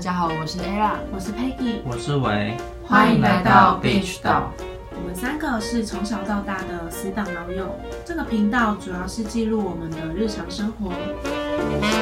家好，我是 Ella，我是 Peggy，我是维，欢迎来到 Beach 岛。我们三个是从小到大的死党老友。这个频道主要是记录我们的日常生活。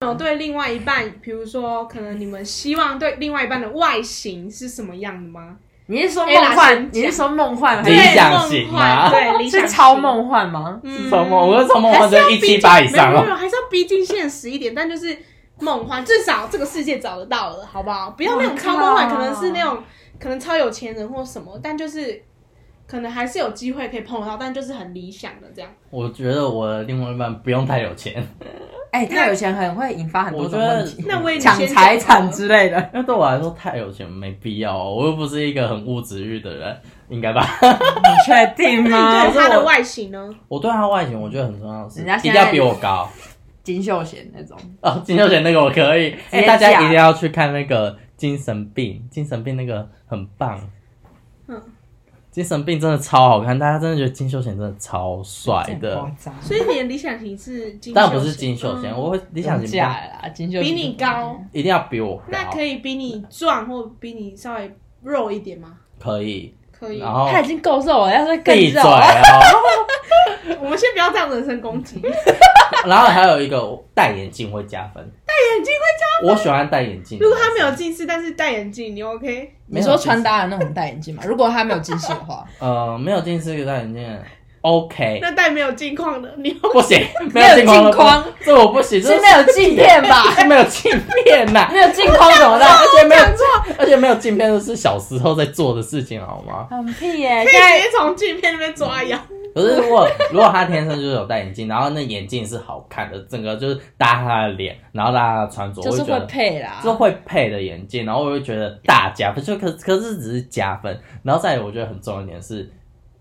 有对另外一半，比如说，可能你们希望对另外一半的外形是什么样的吗？你是说 Ella 梦幻先？你是说梦幻还理是想型吗对梦幻，对理想是型超，梦幻吗？嗯什么？我是从梦还幻是要就逼一近七八以上哦没有没有，了。还是要逼近现实一点，但就是梦幻，至少这个世界找得到了，好不好？不要那种超梦幻，哇可能是那种可能超有钱人或什么，但就是可能还是有机会可以碰得到，但就是很理想的这样。我觉得我的另外一半不用太有钱，哎，太有钱很会引发很多我觉种问得题，那威你抢先财讲好产了之 类的。因为对我来说太有钱没必要哦、我又不是一个很物质欲的人，应该吧？你确定那 吗你觉得他的外形呢？我对他外形我觉得很重要的是，人家一定现在要比我高金秀贤那种，哦。金秀贤那个我可以，接哎、大家讲一定要去看那个精神病，精神病那个很棒。嗯精神病真的超好看，大家真的觉得金秀贤真的超帅这的很，夸张所以你的理想型是金秀但贤，不是金秀贤，嗯我会理想型假啦，金秀贤比你高。一定要比我高，那可以比你壮或比你稍微肉一点吗？可以，可以。然后他已经够瘦了，要是更哦闭嘴瘦，哦。我们先不要这样人身攻击。然后还有一个戴眼镜会加分，戴眼镜会加分，我喜欢戴眼镜。如果他没有近视，但是戴眼镜，你 OK？没你有说穿搭的那种戴眼镜嘛？如果他没有近视的话，呃没有近视戴眼镜，OK，那戴没有镜框的，你 OK？不行，没没有有镜框镜的框不，这我不行，这是没有镜片吧？ 是没有镜片呐。 没有镜框怎么而办？且没有，而且没有镜片，这是小时候在做的事情，好吗？很屁耶！可以现在直接从镜片那边抓痒。可是如果如果他天生就是有戴眼镜，然后那眼镜是好看的，整个就是搭他的脸，然后搭他的穿着，就我是就觉会得配啦，啊就会配的眼镜，然后我会觉得大加分，就可可是只是加分，然后再来我觉得很重要一点是，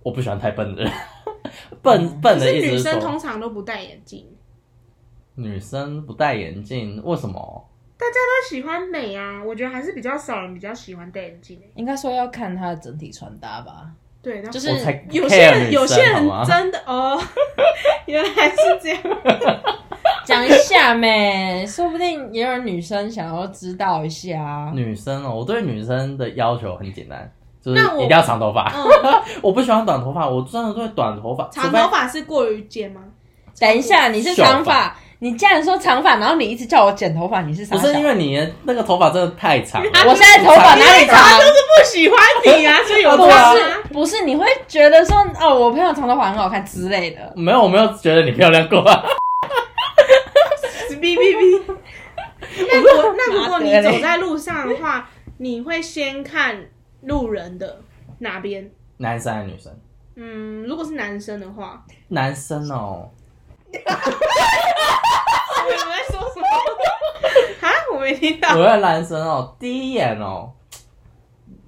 我不喜欢太笨的人， 笨笨嗯可的是嗯意女思生说通常都不戴眼镜，女生不戴眼镜，为什么？大家都喜欢美啊。我觉得还是比较少人比较喜欢戴眼镜、欸、应该说要看他的整体穿搭吧，对，然后就是我才不有 care 些人女生有些人好吗真的哦， 原来是这样。讲一下呗，说不定也有女生想要知道一下。女生哦，我对女生的要求很简单，就是那我一定要长头发，嗯， 我不喜欢短头发，我真的对短头发，长除非头发是过于尖吗？等一下，你是秀长发发，你既然说长发，然后你一直叫我剪头发，你是啥不小？是因为你的那个头发真的太长了，我现在头发哪里长？不喜欢你啊，所以有不差是不是，你会觉得说哦，我朋友长头发很好看之类的。没有，我没有觉得你漂亮过 啊。哔哔哔。 那如果那如果你哪得嘞走在路上的话，你会先看路人的哪边？男生还是女生？嗯，如果是男生的 话，男生哦，我们在说什么？啊，我没听我到。的男生哦，第一眼哦，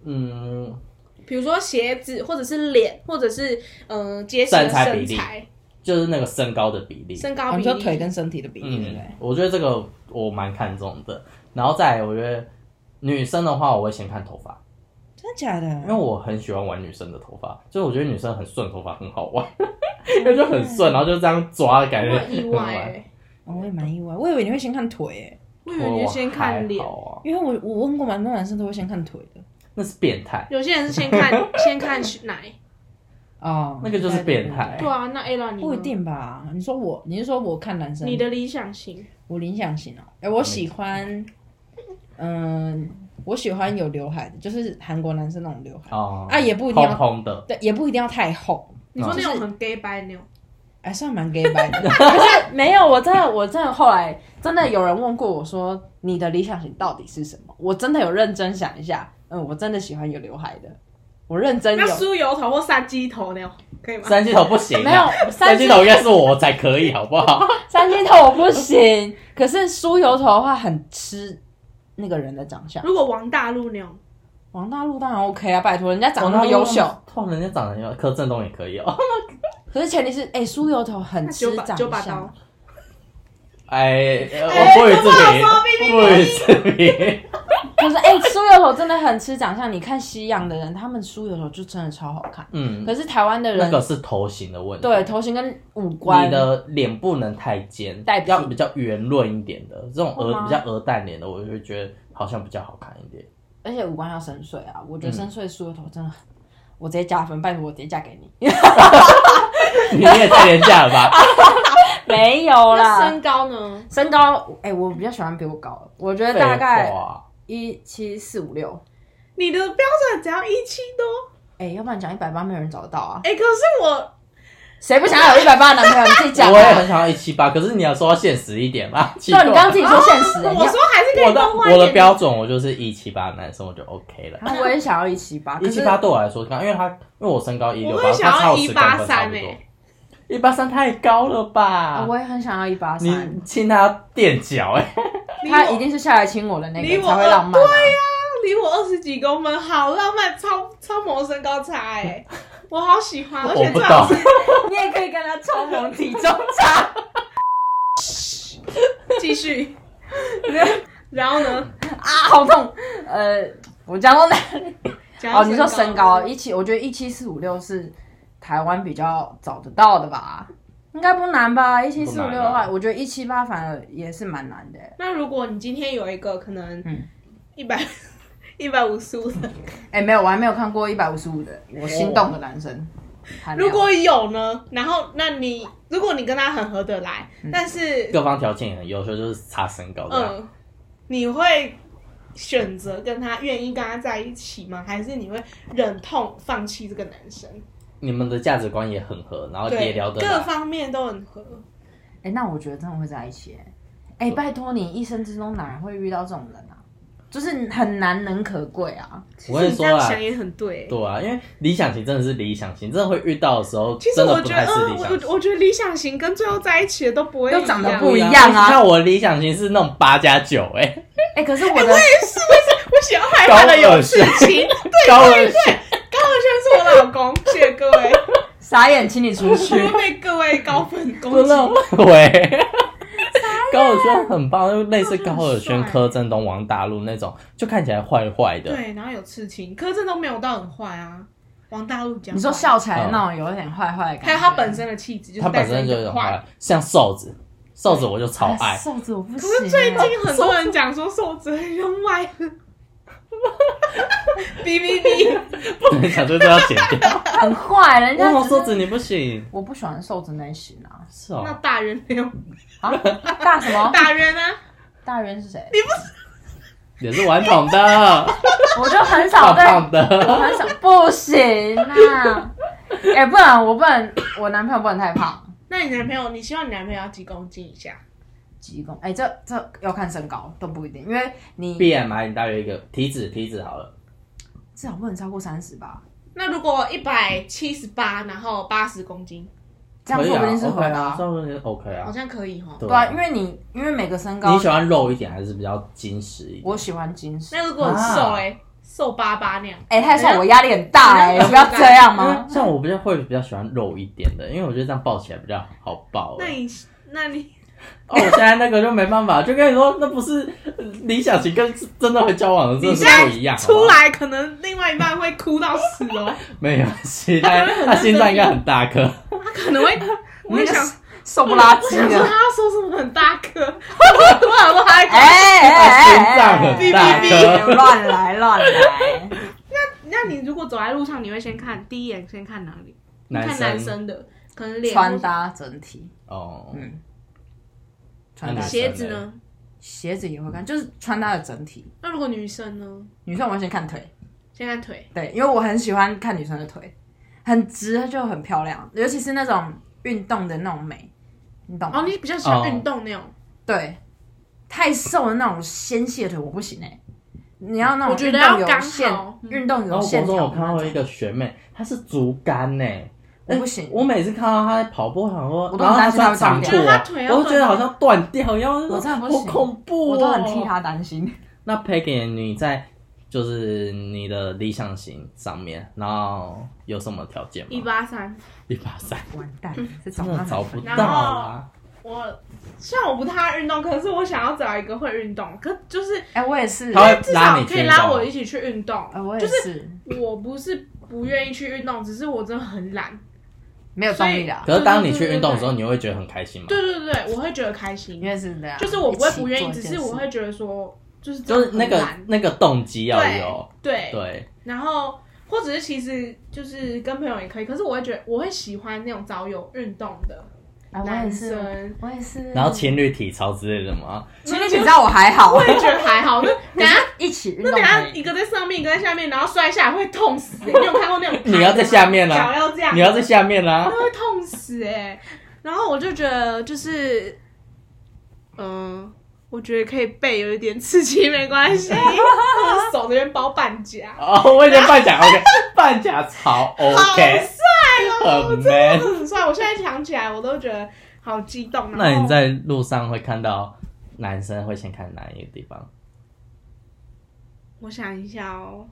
嗯，比如说鞋子，或者是脸，或者是嗯、呃结实的身材身比例材、就是那个身高的比例，身高哦比你例、说腿跟身体的比例，对不嗯对？，我觉得这个我蛮看重的。然后再来，我觉得女生的话，我会先看头发，真的假因为的？哦我很喜欢玩女生的头发，就是我觉得女生很顺，头发很好玩， 因为就很顺，然后就这样抓的感觉我很意很 外、好玩。欸，哦我也蛮意外，我以为你会先看腿诶，我以为你会先看脸我还。好啊，因为我我问过蛮多男生都会先看腿的。那是变态。有些人是先看 先看奶，哦，那个就是变态对啊，那 Ella 你呢不一，定吧？你说我，你是说我看男生？你的理想型我理想型哦、哎、我喜欢，嗯、我喜欢有刘海的，就是韩国男生那种刘海，哦啊也不一定要蓬蓬的，对，也不一定要太厚，你说那就种是很 gay 白那种，哎、算蛮 gay 白的。可是没有，我真的，我真的后来真的有人问过我说，你的理想型到底是什么？我真的有认真想一下，嗯，我真的喜欢有刘海的，我认真那有。梳油头或三鸡头那种，可以吗？三鸡头不行、啊，没三有三鸡鸡头应该是我才可以，好不好？三尖头我不行，可是梳油头的话很吃那个人的长相。如果王大陆那种，王大陆当然 OK 啊，拜托，人家 长得那么优秀，，痛人家长得很优秀，柯震东也可以哦。 可是前提是，哎、梳油头很那吃九把长九把相刀。，哎，呃哎我不予置评，不予置评。就是哎、梳油头真的很吃长相。你看西洋的人，他们梳油头就真的超好看。嗯，可是台湾的那人，个是头型的问题。对头型跟五官你，的脸不能太尖，带皮要比较圆润一点的，这种会吗鹅比较鹅蛋脸的，我就会觉得好像比较好看一点。 而且五官要深邃啊。我觉嗯得深邃梳油头真的很，我直接加分，拜托我直接嫁给你。 你也太廉价了吧？啊没有那啦，身高呢？身高，哎、我比较喜欢比我高的，我觉得大概废话一七四五六。你的标准只要一七多，哎、要不然讲一百八，没有人找得到啊！ 哎、可是我谁不想要有一百八的男朋友？你自己讲、啊。我也很想要一七八，可是你要说要现实一点吧。奇对，怪你刚刚自己说现实、你啊我要说还是可我以的多换一我点的标准，我就是一七八男生我就 OK 了。啊，我也想要一七八，可一是七八对我来说，刚因为他因为我身高一六我八，会想他要差我十公分差183不多欸。一八三太高了吧啊？我也很想要一八三你，亲他垫脚哎，离我他一定是下来亲我的那离个我才会浪漫、啊。离我二十几公分，好浪漫，超超模身高差 哎、我好喜欢，而我且不最好懂是。你也可以跟他超萌体重差。 继续， 然后呢？啊，好痛！呃，我讲到哪里？讲到哦，你说身高一七，我觉得一七四五六是台湾比较找得到的吧？应该不难吧？一七四五六的不难话，啊我觉得一七八反而也是蛮难的。那如果你今天有一个可能嗯一百一百五十五的，哎、没有，我还没有看过一百五十五的，我心动的男生。还没有哦如果有呢？然后那你如果你跟他很合得来，嗯但是各方条件也很优秀，就是差身高这样。嗯，你会选择跟他愿意跟他在一起吗？还是你会忍痛放弃这个男生？你们的价值观也很合，然后也对聊，得各来。方面都很合。哎、那我觉得真的会在一起、欸。哎、拜托你，一生之中哪会遇到这种人啊？就是很难能可贵啊！我跟你这说样啊，想也很对。对啊，因为理想型真的是理想型，真的会遇到的时候，其实真的我不觉太得，是呃理想我型。我觉得理想型跟最后在一起的都不会都长得一样不一样啊那我理想型是那种八加九， 哎，哎、可是我的，是不是？我喜欢害怕的有事 情。对高冷对对，高尔轩是我老公，谢谢各位，傻眼，请你 出不去要。被各位高粉攻真击。的 喂。高尔轩很棒，就类似高尔高尔轩轩、很帅柯震东、王大陆那种，就看起来坏坏的。对，然后有刺青，柯震东没有到很坏啊。王大陆讲，你说笑起来那种有一点坏坏的感觉，还有他本身的气质，就是他本带着身一就有种种坏，像瘦子，瘦子我就超哎爱。瘦子我不行、可欸。是最近很多人讲说瘦子很像外。 哔哔哔！不能讲，就是要剪掉。 很坏，人啊为家什么只是瘦子你不行？我不喜欢瘦子那一型啊是那哦，大人没有啊！大什么？大人啊，大渊是谁？也是顽童 的，我就很少胖在，胖我的。 很少不行啊！哎、不然我不能，我男朋友不能太胖，那你男朋友，你希望你男朋友要几公斤以下？几公哎、这这要看身高都不一定，因为你 BMI 你大约一个体脂，体脂好了，至少不能超过三十吧？那如果一百七十八，然后八十公斤，这样可以说啊不定是合 OK 的、啊，说不定 OK 好啊。像可以哈。对对啊，因为你因为每个身高你，喜欢肉一点还是比较紧实一点？我喜欢金丝。那如果很瘦嘞、瘦巴巴那样，哎、太瘦我压力很大哎、你要不要这嗯样吗？像我比较会比较喜欢肉一点的，因为我觉得这样抱起来比较好抱。啊那你那你哦，我现在那个就没办法，就跟你说，那不是呃理想型跟真的会交往的，真的你现是在不一样。好不好出来，可能另外一半会哭到死哦，没有，现 在他心脏应该很大颗。他可能会，我也那个想，瘦不 拉我几想说他 的，要说什么很大颗，我想说他哎在哎哎他哎啊心脏很哎大哎颗乱来乱来。 那你如果走在路上，你会先看第一眼先看哪里？男看生男生的，可能脸穿搭整体，哦，嗯，穿搭那女鞋子呢？鞋子也会看，就是穿搭的整体。那如果女生呢？女生我会先看腿，先看腿，对，因为我很喜欢看女生的腿，很直就很漂亮，尤其是那种运动的那种美，你懂吗？哦，你比较喜欢哦运动那种，对，太瘦的那种纤细的腿我不行哎、你要那种我觉得运动要刚有线好，嗯运动然有后国线中条哦我的看那到种一个学妹，她是竹竿呢、我不行欸我每次看到她在跑步，我想说，我都然后很她担心穿长她裤会断掉哦、她腿要我就觉得好像断掉一样，我真的不好行恐怖、哦，我都很替。她担心。那 Peggy，你在就是你的理想型上面，然后有什么条件一吗？八三，一八三，嗯完蛋，这找真的不到男找不朋友到啊！我虽然我不太爱运动，可是我想要找一个会运动，可就是哎、我也是，他会至呃拉少你可去以运拉动我一起去运动。呃我也就是是，我不是不愿意去运动，只是我真的很懒。没有动力啦，可是当你去运动的时候，你会觉得很开心吗？对对对，我会觉得开心因，为是这样，就是我不会不愿一意，起只做一件是我事会觉得说，就是真就的是那个很懒那个动机要对有，对对，然后或者是其实就是跟朋友也可以，可是我会觉得我会喜欢那种早有运动的啊我也男是，生。我也是。然后情侣体操之类的嘛，？其实你知道我还好，我也觉得还好， 那等下一起运啊那动等下可一以。个在上面，一个在下面，然后摔下来会痛死、 欸。你有看过那种你要在下面啊脚要这样，你要在下面啊啦、会痛死哎、然后我就觉得就是，嗯、我觉得可以背有一点刺激没关 系，我手这边包半啊甲，哦，我已经半甲 OK，半甲超 OK，帅哦，很 man。 很帅！我现在想起来我都觉得好激动。然后哎那你在路上会看到男生会先看哪一个地方？我想一下哦，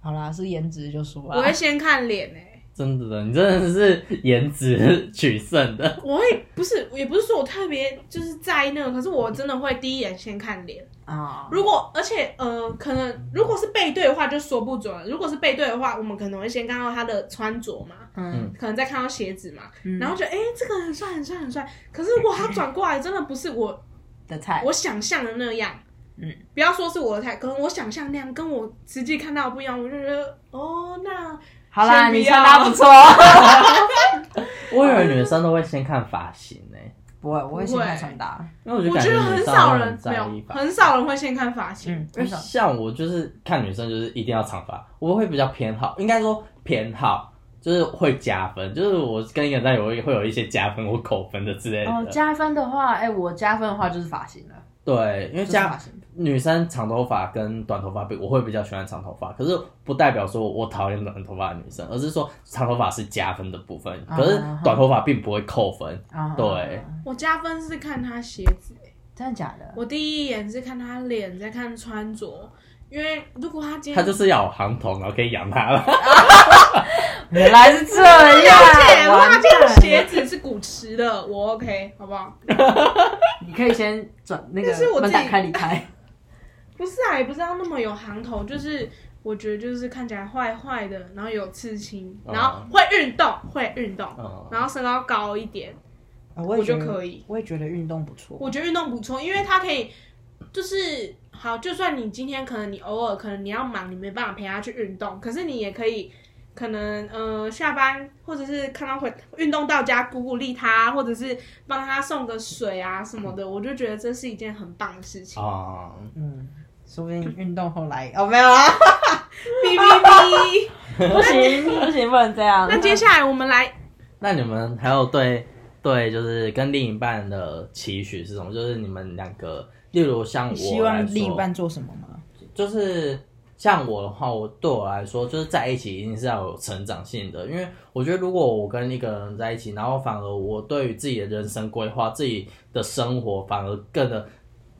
好啦，是颜值就输我了会。先看脸哎、真的，你真的是颜值取胜的。我会不是也不是说我特别就是在意那个，可是我真的会第一眼先看脸。啊，如果而且呃，可能如果是背对的话就说不准了。如果是背对的话，我们可能会先看到他的穿着嘛，嗯，可能再看到鞋子嘛，嗯然后觉得哎、诶这个很帅很帅很帅。可是如果他转过来，真的不是我的菜，我想象的那样。嗯，不要说是我的菜，可能我想象那样跟我实际看到的不一样，我就觉得哦，那好先啦，不要你穿搭不错。哦我以为女生都会先看发型呢、 不会，我会先看穿搭。因为我就我感觉得女很生少会人没在意有，发型。很少人会先看发型。嗯，因为很少像我就是看女生就是一定要长发，我会比较偏好，应该说偏好就是会加分，就是我跟一个人在有会有一些加分或扣分的之类的。哦，加分的话，哎，我加分的话就是发型了，对，因为就是发加型。女生长头发跟短头发比，我会比较喜欢长头发，可是不代表说我讨厌短头发的女生，而是说长头发是加分的部分，可是啊短头发并不会扣分。啊对，我加分是看他鞋子、欸真的假的？我第一眼是看他脸，再看穿着，因为如果他嗯今天她就是要有行头，然后可以养 她了。原来是这对，样，我哎完他今天蛋鞋子是古驰的，我 OK 好不好？你可以先转那但是个我自门己打开离 开。不是啊，也不是要那么有行头，就是我觉得就是看起来坏坏的，然后有刺青，哦然后会运动，会运动，嗯，然后身高高一点，啊我我就可以。我也觉得运动不错。我觉得运动不错，因为他可以就是好，就算你今天可能你偶尔可能你要忙，你没办法陪他去运动，可是你也可以。可能呃下班或者是看到回运动到家鼓鼓励他，或者是帮他送个水啊什么的，我就觉得这是一件很棒的事情。啊、嗯，说不定运动后来哦，没有啊，哔哔哔。不行不行，不能这 样。那 接下来我们来，那你们还有对对，就是跟另一半的期许是什么？就是你们两个，例如像我希望来说另一半做什么吗？就是像我的话，我对我来说，就是在一起一定是要有成长性的，因为我觉得如果我跟一个人在一起，然后反而我对于自己的人生规划、自己的生活反而更的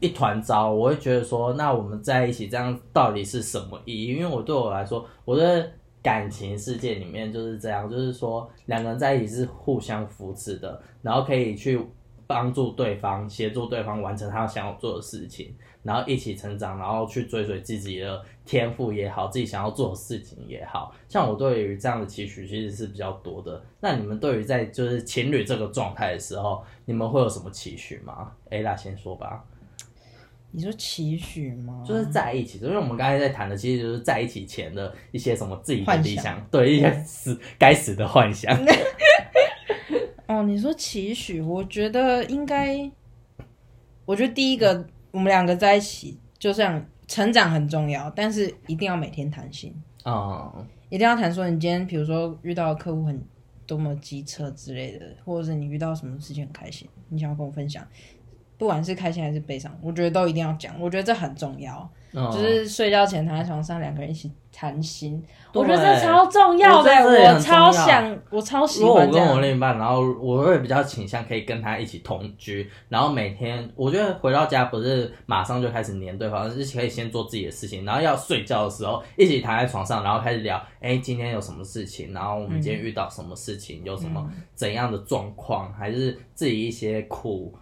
一团糟，我会觉得说，那我们在一起这样到底是什么意义？因为我对我来说，我的感情世界里面就是这样，就是说两个人在一起是互相扶持的，然后可以去帮助对方、协助对方完成他想要做的事情。然后一起成长，然后去追随自己的天赋也好，自己想要做的事情也好。像我对于这样的期许其实是比较多的。那你们对于在就是情侣这个状态的时候，你们会有什么期许吗？Ella 先说吧，你说期许吗？就是在一起，因为我们刚才在谈的其实就是在一起前的一些什么自己的幻想理想，对一些死该死的幻想。哦，你说期许，我觉得应该，我觉得第一个，我们两个在一起，就像成长很重要，但是一定要每天谈心， 嗯，一定要谈说你今天，比如说遇到的客户很多么机车之类的，或者是你遇到什么事情很开心，你想要跟我分享，不管是开心还是悲伤，我觉得都一定要讲，我觉得这很重要。嗯就是睡觉前躺在床上，两个人一起谈心，对我觉得这超重要的，我觉得这也我很重要超想，我超喜如果我欢这跟我样。另一半，然后我会比较倾向可以跟他一起同居，然后每天我觉得回到家不是马上就开始黏对方，而是可以先做自己的事情，然后要睡觉的时候一起躺在床上，然后开始聊，哎、今天有什么事情，然后我们今天遇到什么事情，有什么嗯怎样的状况，还是自己一些苦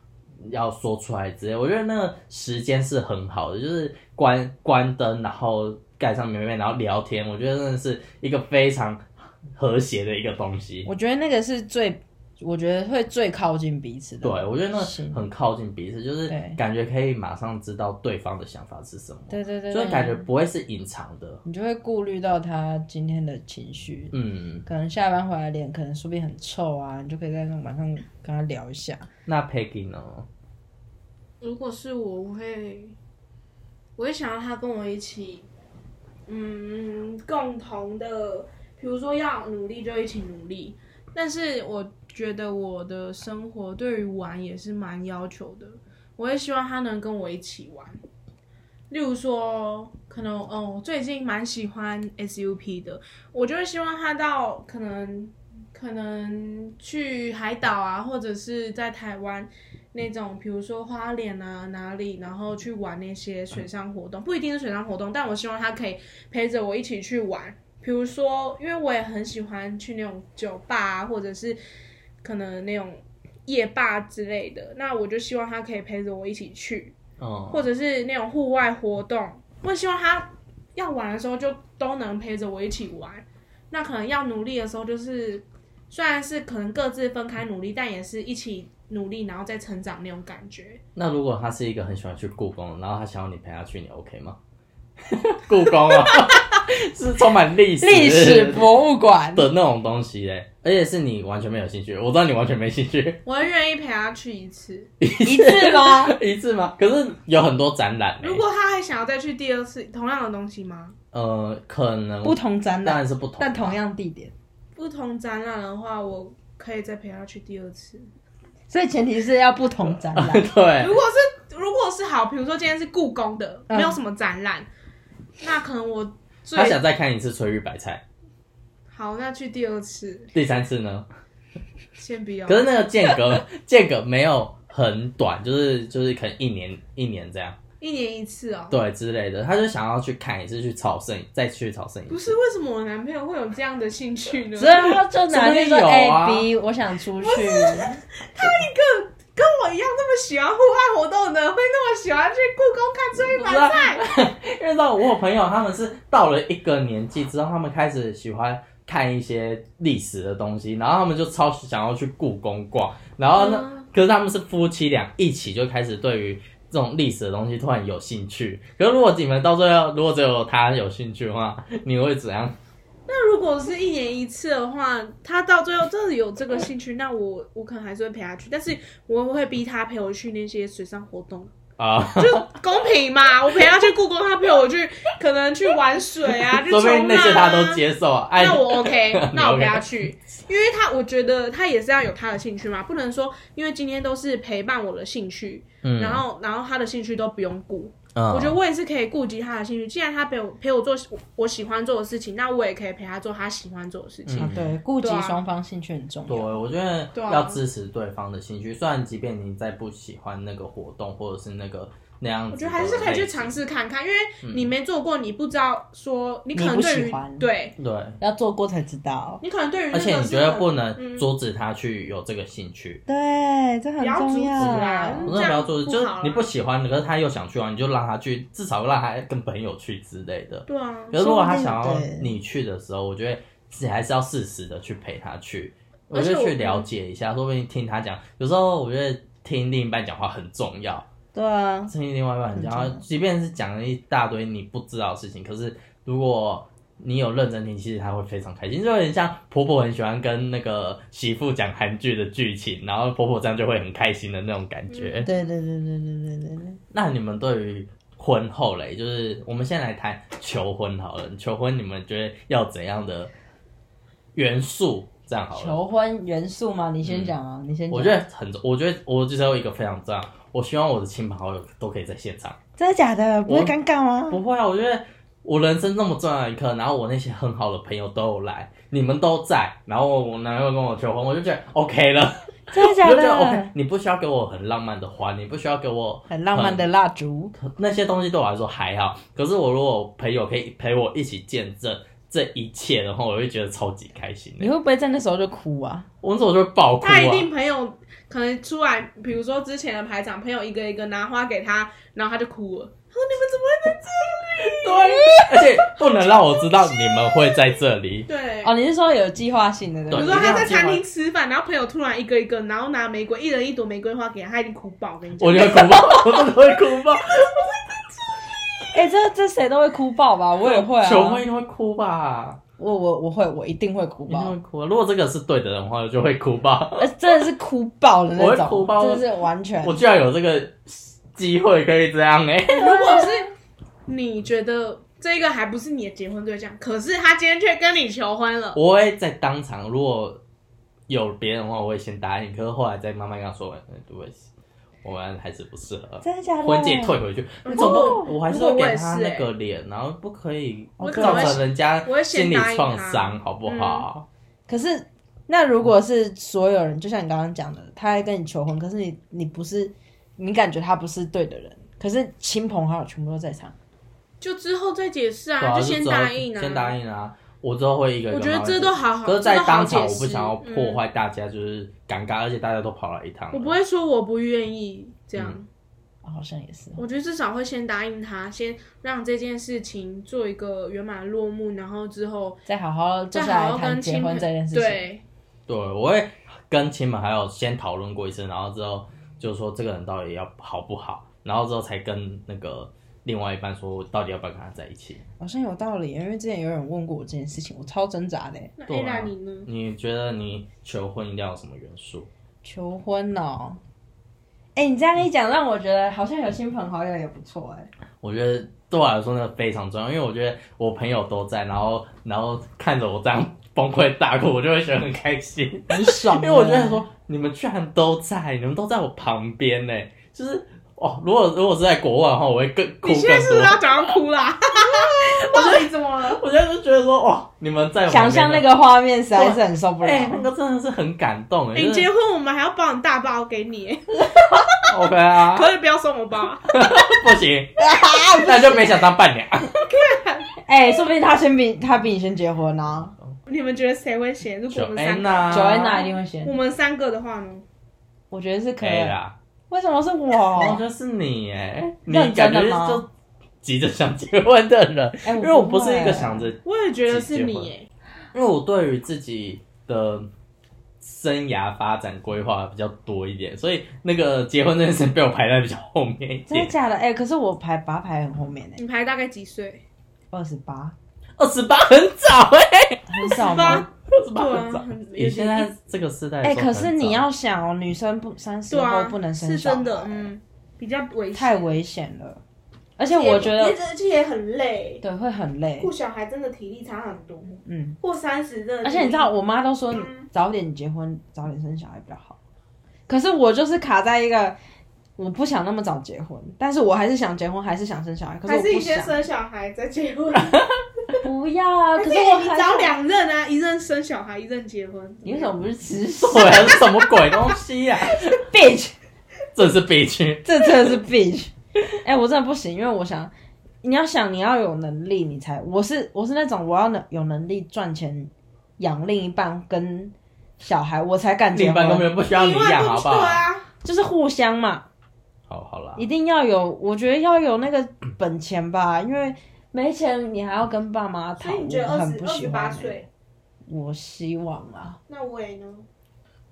要说出来之类。我觉得那个时间是很好的，就是关关灯，然后盖上棉被，然后聊天，我觉得真的是一个非常。和谐的一个东西，我觉得那个是最，我觉得会最靠近彼此的。对，我觉得那是很靠近彼此，就是对感觉可以马上知道对方的想法是什么，对对对，就是对感觉不会是隐藏的。你就会顾虑到他今天的情绪，嗯，可能下班回来脸可能说不定很臭啊，你就可以在那晚上跟他聊一下。那 Peggy 呢？如果是我，我会，我会想要他跟我一起，嗯，共同的，比如说要努力就一起努力。但是我觉得我的生活对于玩也是蛮要求的，我也希望他能跟我一起玩。例如说，可能哦，我最近蛮喜欢 SUP 的，我就会希望他到可能可能去海岛啊，或者是在台湾那种，比如说花莲啊哪里，然后去玩那些水上活动，不一定是水上活动，但我希望他可以陪着我一起去玩。比如说，因为我也很喜欢去那种酒吧、啊，或者是可能那种夜吧之类的，那我就希望他可以陪着我一起去，嗯，或者是那种户外活动，我希望他要玩的时候就都能陪着我一起玩。那可能要努力的时候，就是虽然是可能各自分开努力，但也是一起努力，然后再成长那种感觉。那如果他是一个很喜欢去故宫，然后他想要你陪他去，你 OK 吗？ 故宫 啊，是充满历史历史博物 馆，的那种东西嘞，而且是你完全没有兴趣，我知道你完全没兴 趣我会愿意陪他去一次，一次吗？一次吗？可是有很多展览嘞如，果他还想要再去第二次同样的东西吗？呃，可能不同展当览，然是不同，但同样地点，不同展览的话，我可以再陪他去第二次。所以前提是要不同 展 览。对如，果是如果是好，比如说今天是故宫的，嗯没有什么展览，那可能我最他想再看一次翠玉白菜，好，那去第二次第三次呢？先不要。可是那个间隔间隔没有很短，就是就是可能一年一年这样，一年一次哦。对之类的。他就想要去看一次，去朝圣，再去朝圣一不次。是为什么我男朋友会有这样的兴趣呢？所啊以他就拿去怎说么会有啊 A B，我想出去，啊跟我一样那么喜欢户外活动的，会那么喜欢去故宫看追白啊菜？ 因为到我有朋友，他们是到了一个年纪之后，他们开始喜欢看一些历史的东西，然后他们就超想要去故宫逛，然后呢，嗯可是他们是夫妻俩一起就开始对于。这种历史的东西突然有兴趣，可是如果你们到最后，如果只有他有兴趣的话，你会怎样？那如果是一年一次的话，他到最后真的有这个兴趣，那我我可能还是会陪他去，但是我会逼他陪我去那些水上活动，啊、就公平嘛。我陪他去故宫，他陪我去可能去玩水 啊，去说冲不定浪那些他都啊。接受啊。哎，那我 OK， 你那我陪 OK 他去，因为他我觉得他也是要有他的兴趣嘛，不能说因为今天都是陪伴我的兴趣，嗯然后然后他的兴趣都不用顾，嗯我觉得我也是可以顾及他的兴趣。既然他陪我陪我做我我喜欢做的事情，那我也可以陪他做他喜欢做的事情。嗯对，顾及对啊双方兴趣很重对，要。我觉得对啊要支持对方的兴趣，虽然即便你再不喜欢那个活动或者是那个那样子，我觉得还是可以去尝。试看看，因为你没做过，你不知道说你可能你不对于喜欢对对，要做过才知道，你可能对于而那个是且很，你觉得不嗯能阻止他去有这个兴趣，对，这很不要阻重止要啊。我嗯真的不要阻止，这样不就是好啊你不喜欢，可是他又想去玩，你就让他去，至少让他跟朋友去之类的。对啊，可是如果他说不定想要对你去的时候，我觉得自己还是要适时的去陪他去，我而觉且得我嗯去了解一下，说不定听他讲，有时候我觉得听另一半讲话很重要，对啊，听另外一半很重要很重，要即便是讲了一大堆你不知道的事情，可是如果你有认真听，其实他会非常开心，就有点像婆婆很喜欢跟那个媳妇讲韩剧的剧情，然后婆婆这样就会很开心的那种感觉。对对对对对对对对。那你们对于婚后嘞，就是我们先来谈求婚好了。求婚你们觉得要怎样的元素？这样好了，求婚元素吗？你先讲嗯啊，你先讲。我觉得很重，我觉得我就是有一个非常重要。我希望我的亲朋好友都可以在现场，真的假的？不会尴尬吗？不会啊，我觉得我人生这么重要的一刻，然后我那些很好的朋友都有来，你们都在，然后我男友跟我求婚，我就觉得 OK 了，真的我假就觉得 OK，的？你不需要给我很浪漫的花，你不需要给我很浪漫的蜡烛，那些东西嗯对我来说还好，可是我如果朋友可以陪我一起见证这一切的话，我会觉得超级开心你的。会不会在那时候就哭啊？我那时候就会爆哭啊！他一定朋友可能出来，比如说之前的排长朋友一个一个拿花给他，然后他就哭了。他说：“你对，而且不能让我知道你们会在这里。们怎么会在这里？”对，哦，你是说有计划性的？对不对比如对说他在餐一定要有厅计吃饭，然后朋友突然一个一个，然后拿玫瑰，一人一朵玫瑰花给他，他一定哭爆。我跟你讲，我就会哭爆，我真的会哭爆。划哎，这这谁都会哭爆吧？ 我也会啊，求婚一定会哭吧，我我我会，我一定会哭一定爆会，哭啊。如果这个是对的人的话，我就会哭爆。 呃，真的是哭爆的那我会种，哭爆真的是完全我居然有这个机会可以这样哎、如果是你觉得这个还不是你的结婚对象，可是他今天却跟你求婚了， 我会在当场，如果有别人的话，我会先答应，可是后来再慢慢跟他说，嗯，对不起，我们还是不适合。真的假的？婚戒退回去，哦你总不，我还是会给他我也那是欸个脸，然后不可以我可能造会成人家我会嗯先心理答应创他伤，好不好？可是，那如果是所有人，就像你刚刚讲的，他在跟你求婚，可是你你不是，你感觉他不是对的人，可是亲朋好友全部都在场，就之后再解释对啊，就就之先后答应啊，先答。应啊。我之后会一个一个我觉得慢慢这都好好，可是，在这都好当场解我释不想要破、坏大家，就是尴尬，而且大家都跑来一趟嗯了。我不会说我不愿意这样，嗯哦好像也是。我觉得至少会先答应他，先让这件事情做一个圆满的落幕，然后之后再好好再坐下好来好谈跟结亲婚朋这件事情。对，对，我会跟亲们还有先讨论过一次，然后之后就说这个人到底要好不好，然后之后才跟那个另外一半说，我到底要不要跟他在一起。好像有道理，因为之前有人问过我这件事情，我超挣扎的耶。那对 A 啊娜你呢？你觉得你求婚一定要有什么元素？求婚哦，哎、你这样一讲，让我觉得好像有亲朋好友也不错哎。我觉得对我来说那个非常重要，因为我觉得我朋友都在，然后然后看着我这样崩溃大哭，我就会觉得很开心。很爽因啊，为我觉得说你们居然都在，你们都在我旁边呢，就是哦，如果如果是在国外的话，我会更哭更你现在是不多是。要讲到哭啦？ 到底怎么 了？我现在就觉得说哇，你们在我旁想边象那，个画面实在是很受不了。哎、那个真的是很感动哎、你就是结婚我们还要包你大包给你， OK 啊，可以不要送我包啊。不 行，那就没想当 伴娘。哎、说不定他先比他比你先结婚啊呢、你们觉得谁会先？如果九我们安三个，啊。娜，九安娜一定会先我，们三个的话呢？我觉得是可可以以。啦，为什么是我我？哎哦就是你哎，你认感真觉的吗就急着想结婚的人， 哎因为我不是一个想着我也觉得是自己你结诶，因为我对于自己的生涯发展规划比较多一点，所以那个结婚这件事被我排在比较后面一真的点。假的？哎、可是我排拔排很后面呢、你排大概几岁？二十八，二十八很早哎、很少八吗？二十对八啊很早。，很以现在这个时代，哎、可是你要想哦，女生不三十对后啊，不能生是小孩，真的，嗯，比较危险太危险了。而且我觉得，而且也很累，对，会很累顾。小孩真的体力差很多，嗯，过三十真的。而且你知道，，我妈都说早点结婚，早点生小孩比较好。可是我就是卡在一个，我不想那么早结婚，但是我还是想结婚，还是想生小孩。可是还我是不你先想，生小孩再结婚，不要啊！可可是我你还找想两任啊，一任生小孩，一任结婚。你为什么不是 吃屎对啊，这什么鬼东西呀、啊？ ？bitch，这是悲剧。 这真的是 bitch。哎、我真的不行，因为我想，你要想你要有能力，你才我是我是那种我要能有能力赚钱养另一半跟小孩，我才敢另结一半根婚，本不需要你养，好不对好？啊，就是互相嘛，好好啦，一定要有，我觉得要有那个本 钱吧，因为没钱你还要跟爸妈讨，所以你觉得我二很十不二喜十欢、八欸。岁，我希望啊，那我也呢？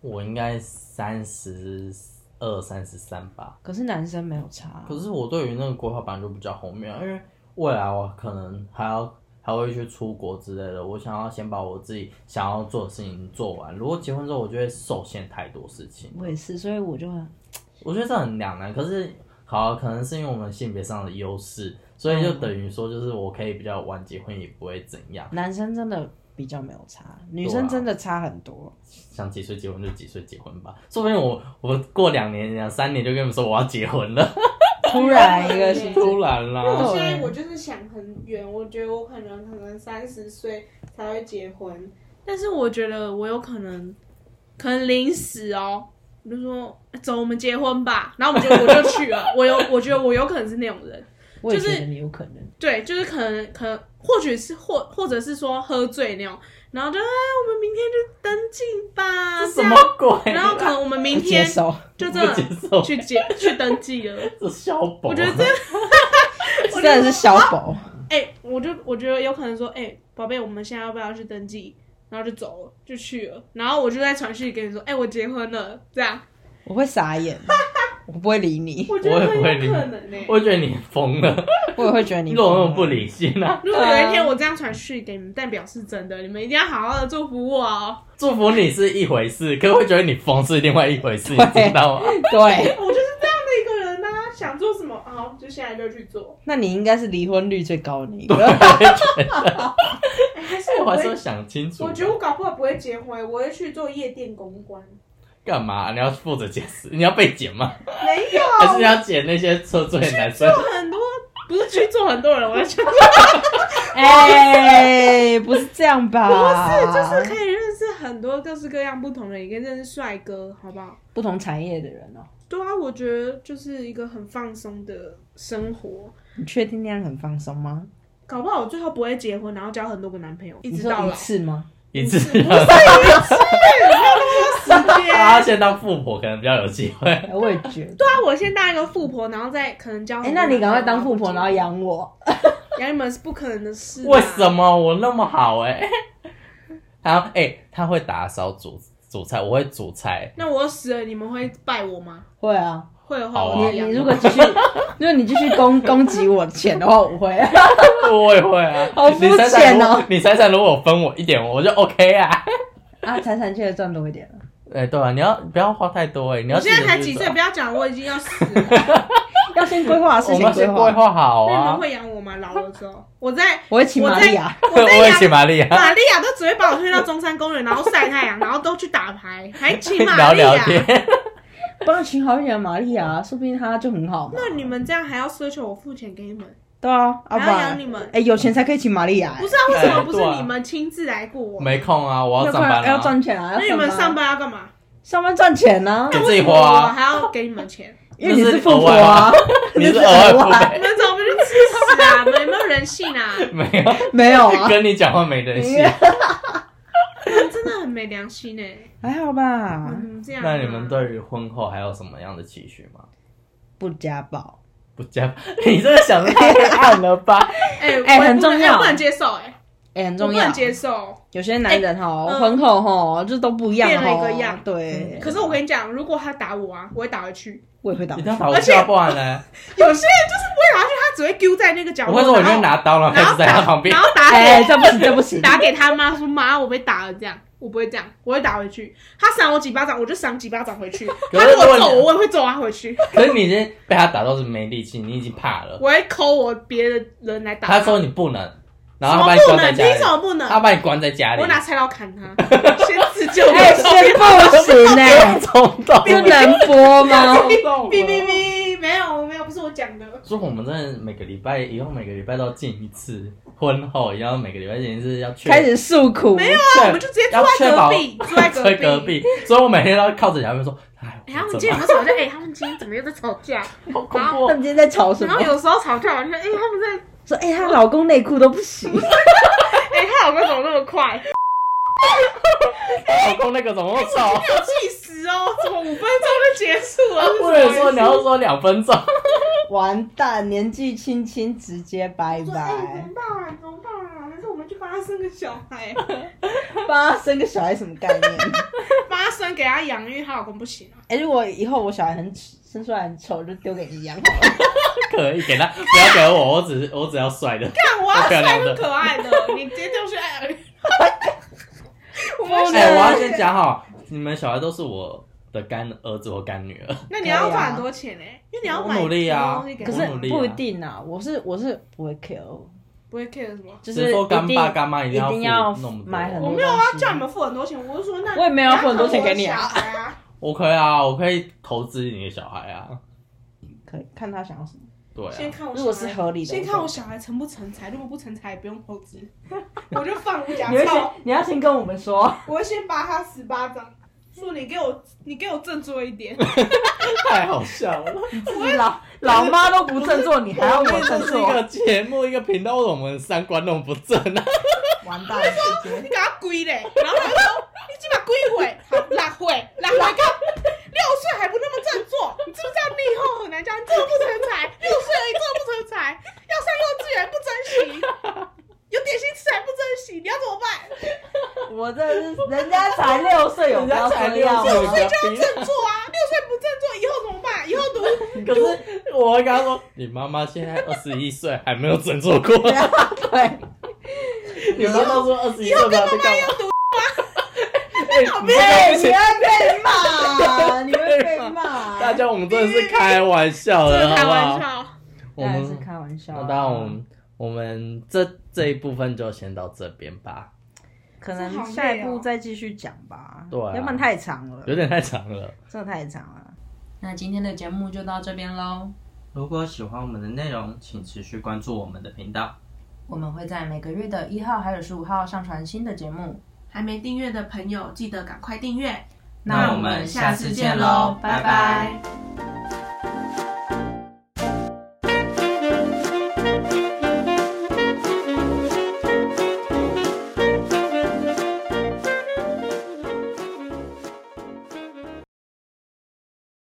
我应该三十二、三十三吧。可是男生没有差啊，可是我对于那个规划本来就比较后面啊，因为未来我可能还要还会去出国之类的，我想要先把我自己想要做的事情做完。如果结婚之后，我就会受限太多事情，我也是，所以我就很我觉得这很两难。可是好啊，可能是因为我们性别上的优势，所以就等于说，就是我可以比较晚结婚，也不会怎样，男生真的比较没有差，啊女生真的差很 多。想几岁结婚就几岁结婚吧。说不定我我过两年、两三年就跟你们说我要结婚了，突然一个新突然因为啦，我现在我就是想很远，我觉得我可能可能三十岁才会结婚，但是我觉得我有可能可能临时哦，我就说走，我们结婚吧，然后我们就我就去了。我有我觉得我有可能是那种人，我也就是觉得你有可能。对，就是可能可能或许是或或者是说喝醉那种，然后就哎，我们明天就登记吧，什这样么鬼啦？然后可能我们明不接天受，就真不接的受，去结去登记了。这消保，我觉得这虽然是小宝，哎、我就我觉得有可能说，哎、宝贝，我们现在要不要去登记？然后就走了，就去了。然后我就在传讯给你说，哎、我结婚了，这样。我会傻 眼，我不会理你，我觉得我也不会很理有可能呢、欸我觉得你疯了，我也会觉得你你怎么那么不理性啊？如果有一天我这样传讯给你们，代表是真的，你们一定要好好的祝福我哦。祝福你是一回事，可会觉得你疯是另外一回事，你对知道 吗？对，我就是这样的一个人呐、想做什么啊，就现在就去做。那你应该是离婚率最高的那一个。哎还是我我还会是要想清楚。我觉得我搞不好不会结婚，我会去做夜店公关。干嘛？你要负责解释？你要被剪吗？没有， 还是要剪那些喝醉的男 生？做很多不是去做很多人，我要去 哎，不是这样吧？不是，就是是可以认识很多各式各样不同的人，也可以认识帅哥，好不好？不同产业的人哦。对啊，我觉得就是一个很放松的生活。你确定那样很放松吗？搞不好我最后不会结婚，然后交很多个男朋友，一你直说到一老。次 吗？一次不是让时间他先当富婆，可能比较有机会。哎我也觉得。对啊，我先当一个富婆，然后再可能交。哎，那你赶快当富 婆，然后养我。养你们是不可能的事、啊。为什？么我那么好哎、 他哎、他会打扫煮煮菜，我会煮 菜，那我死了，你们会拜我吗？会啊，会的话，好啊我会你养你如果 继续，如果你继续攻攻击我钱的话，我会。我也会啊。好肤你猜猜浅如哦果你猜猜，如果分我一点，我就 OK 啊。 啊，财产确实赚多一点了。哎、对啊，你要不要花太多哎、你要我现在记得才去几岁，找不要讲，我已经要死了。要先规划，事我情们规先规划。划 好那你们啊。 会养我吗？老了之后，我在，我会请我玛利在，亚，我在我也养请玛啊利 亚玛利亚都只会把我推到中山公园，然后晒太阳，然后都去打牌，还请玛啊聊利亚。聊 天，帮他请好一点的玛利亚，说不定他就很好嘛。那你们这样还要奢求我付钱给你们，对啊，阿还爸要，养你们？哎，有钱才可以请玛利亚。哎不是啊，为什么不是对啊你们亲自来雇我？没空啊，我要要上班、啊，要赚钱啊！那要你们上上班要干嘛？上班赚 钱呢给，自己我花、啊。还要给你们钱， 因为你是那是富婆额啊外， 你是额外付你费， 们怎么不去吃屎啊？你们有没有人性啊？没有没 有啊，跟你讲话没人信。你们真的很没良心呢、还好吧你，们这样、啊那你们？对于婚后还有什么样的期许吗？不家暴。不加， 你这个想的太暗了 吧？哎、我哎我很不能重哎要我不能接受哎、 哎，很我重不要能。接受。有些男人哎吼，嗯婚后吼，就都不一样变了一吼个样对，可是我跟你讲，如果他打我啊，我会打回去。我也会打一定。要打我而且架，不然呢？有些人就是不会打回去，他只会丢在那个角我落。会说我然就后拿刀，然后然开后始在打，他旁边然。后打哎，给这不行，这 不行。打给他妈说妈，我被打了这样，我不会这样，我会打回去。他赏我几巴掌，我就赏几巴掌 回去。可他是如果如果揍你我，我也会揍他回去。可是你已经被他打到是没力气，你已经怕了。我会抠我别的人来打他说你不能，然什后他么把你不关在能？家凭什么里，不能？他把你关在家里我。拿菜刀砍 他，先自救。哎，先不行哎，冲动， 不能 播 吗？哎哔哔哔，没有没有，不是我讲的。所以我们真的每个礼拜以后每个礼拜都要见一次，婚后也要每个礼拜见一次，要确开始诉苦，没有对啊，我们就直接哎要坐在确隔保壁，坐在吹隔隔壁。壁， 所以我每天都要靠着墙壁说，哎，哎，他们我今天有没有吵架？哎，他们今天怎么又在吵 架？好恐然怖他哦，们今天在吵什然么后？有时候吵架完就哎，他们在说哎，她老公内裤都不 行，哎，她老公怎么那么快？老公那个怎么那么吵？要计时哦，怎么五分钟就结束啊了？不能说你要说两分钟，完蛋，年纪轻轻直接拜说哎，拜怎么，办啊？怎么办啊？还是我们去帮他生个小 孩，帮他生个小孩什么概念？帮他生给他养，因为她老公不行啊。哎、如果以后我小孩很生出来很丑，就丢给你养好了。可以给他，不要给我，我只是我只要帅的，看我要漂帅亮的不可爱的，你直接丢去爱。我们哎，我要先讲好，你们小孩都是我的干儿子或干女儿，那你要花很多钱呢、欸因为你要买我努力啊很多东西给可他是我努力啊不一定啊，我是我是不会 care，不会 care 什么。就只是说干一爸定干妈一一定要定要付那么多买很我多没有啊，东西叫你们付很多钱，我是说那我也没有要付很多钱给你 啊啊。小孩啊，我可以啊，我可以投资你的小孩啊，可以看他想要什么。对先啊，看我如果小孩是合理的先我看就我小孩成不成才，如果不成才也不用投 资，我就放无假你会操先，你要先跟我们说，我会先扒他十八掌，说你给我你给我振作一点，太好笑了。自己 老老妈都不振作，你还要我振这是一作个，节目，一个频道，为什么我们三观那么不正 啊？完蛋了，直接你给他跪嘞，然后他就说你起码跪会，好拉会拉回看，六岁还不那么振作，你知不知道你以后很难这样，你真的不成才，六岁而已真的不成才，要上幼稚园不珍惜，有点心吃还不珍惜，你要怎么办？我这是人家才六岁，有必要这样人家才六吗岁？所 以就要振作啊，六岁不振作以后怎么办？以后读可是我会跟他说，你妈妈现在二十一岁，还没有振作 过。对，你妈妈说二十一岁不要啊去干嘛？ 哎不哎，行你会被 骂，你会被骂，大家，我们真的是开玩笑的，好啊开不玩好？笑。我当然是们开玩笑啊。那当然，我们我们这这一部分就先到这边吧，可能下一步再继续讲吧，对啊要不然太长了，有点太长了。真的太长了。那今天的节目就到这边喽，如果喜欢我们的内容，请持续关注我们的频道。我们会在每个月的一号还有十五号上传新的节目。还没订阅的朋友，记得赶快订阅。那我们下次见喽拜拜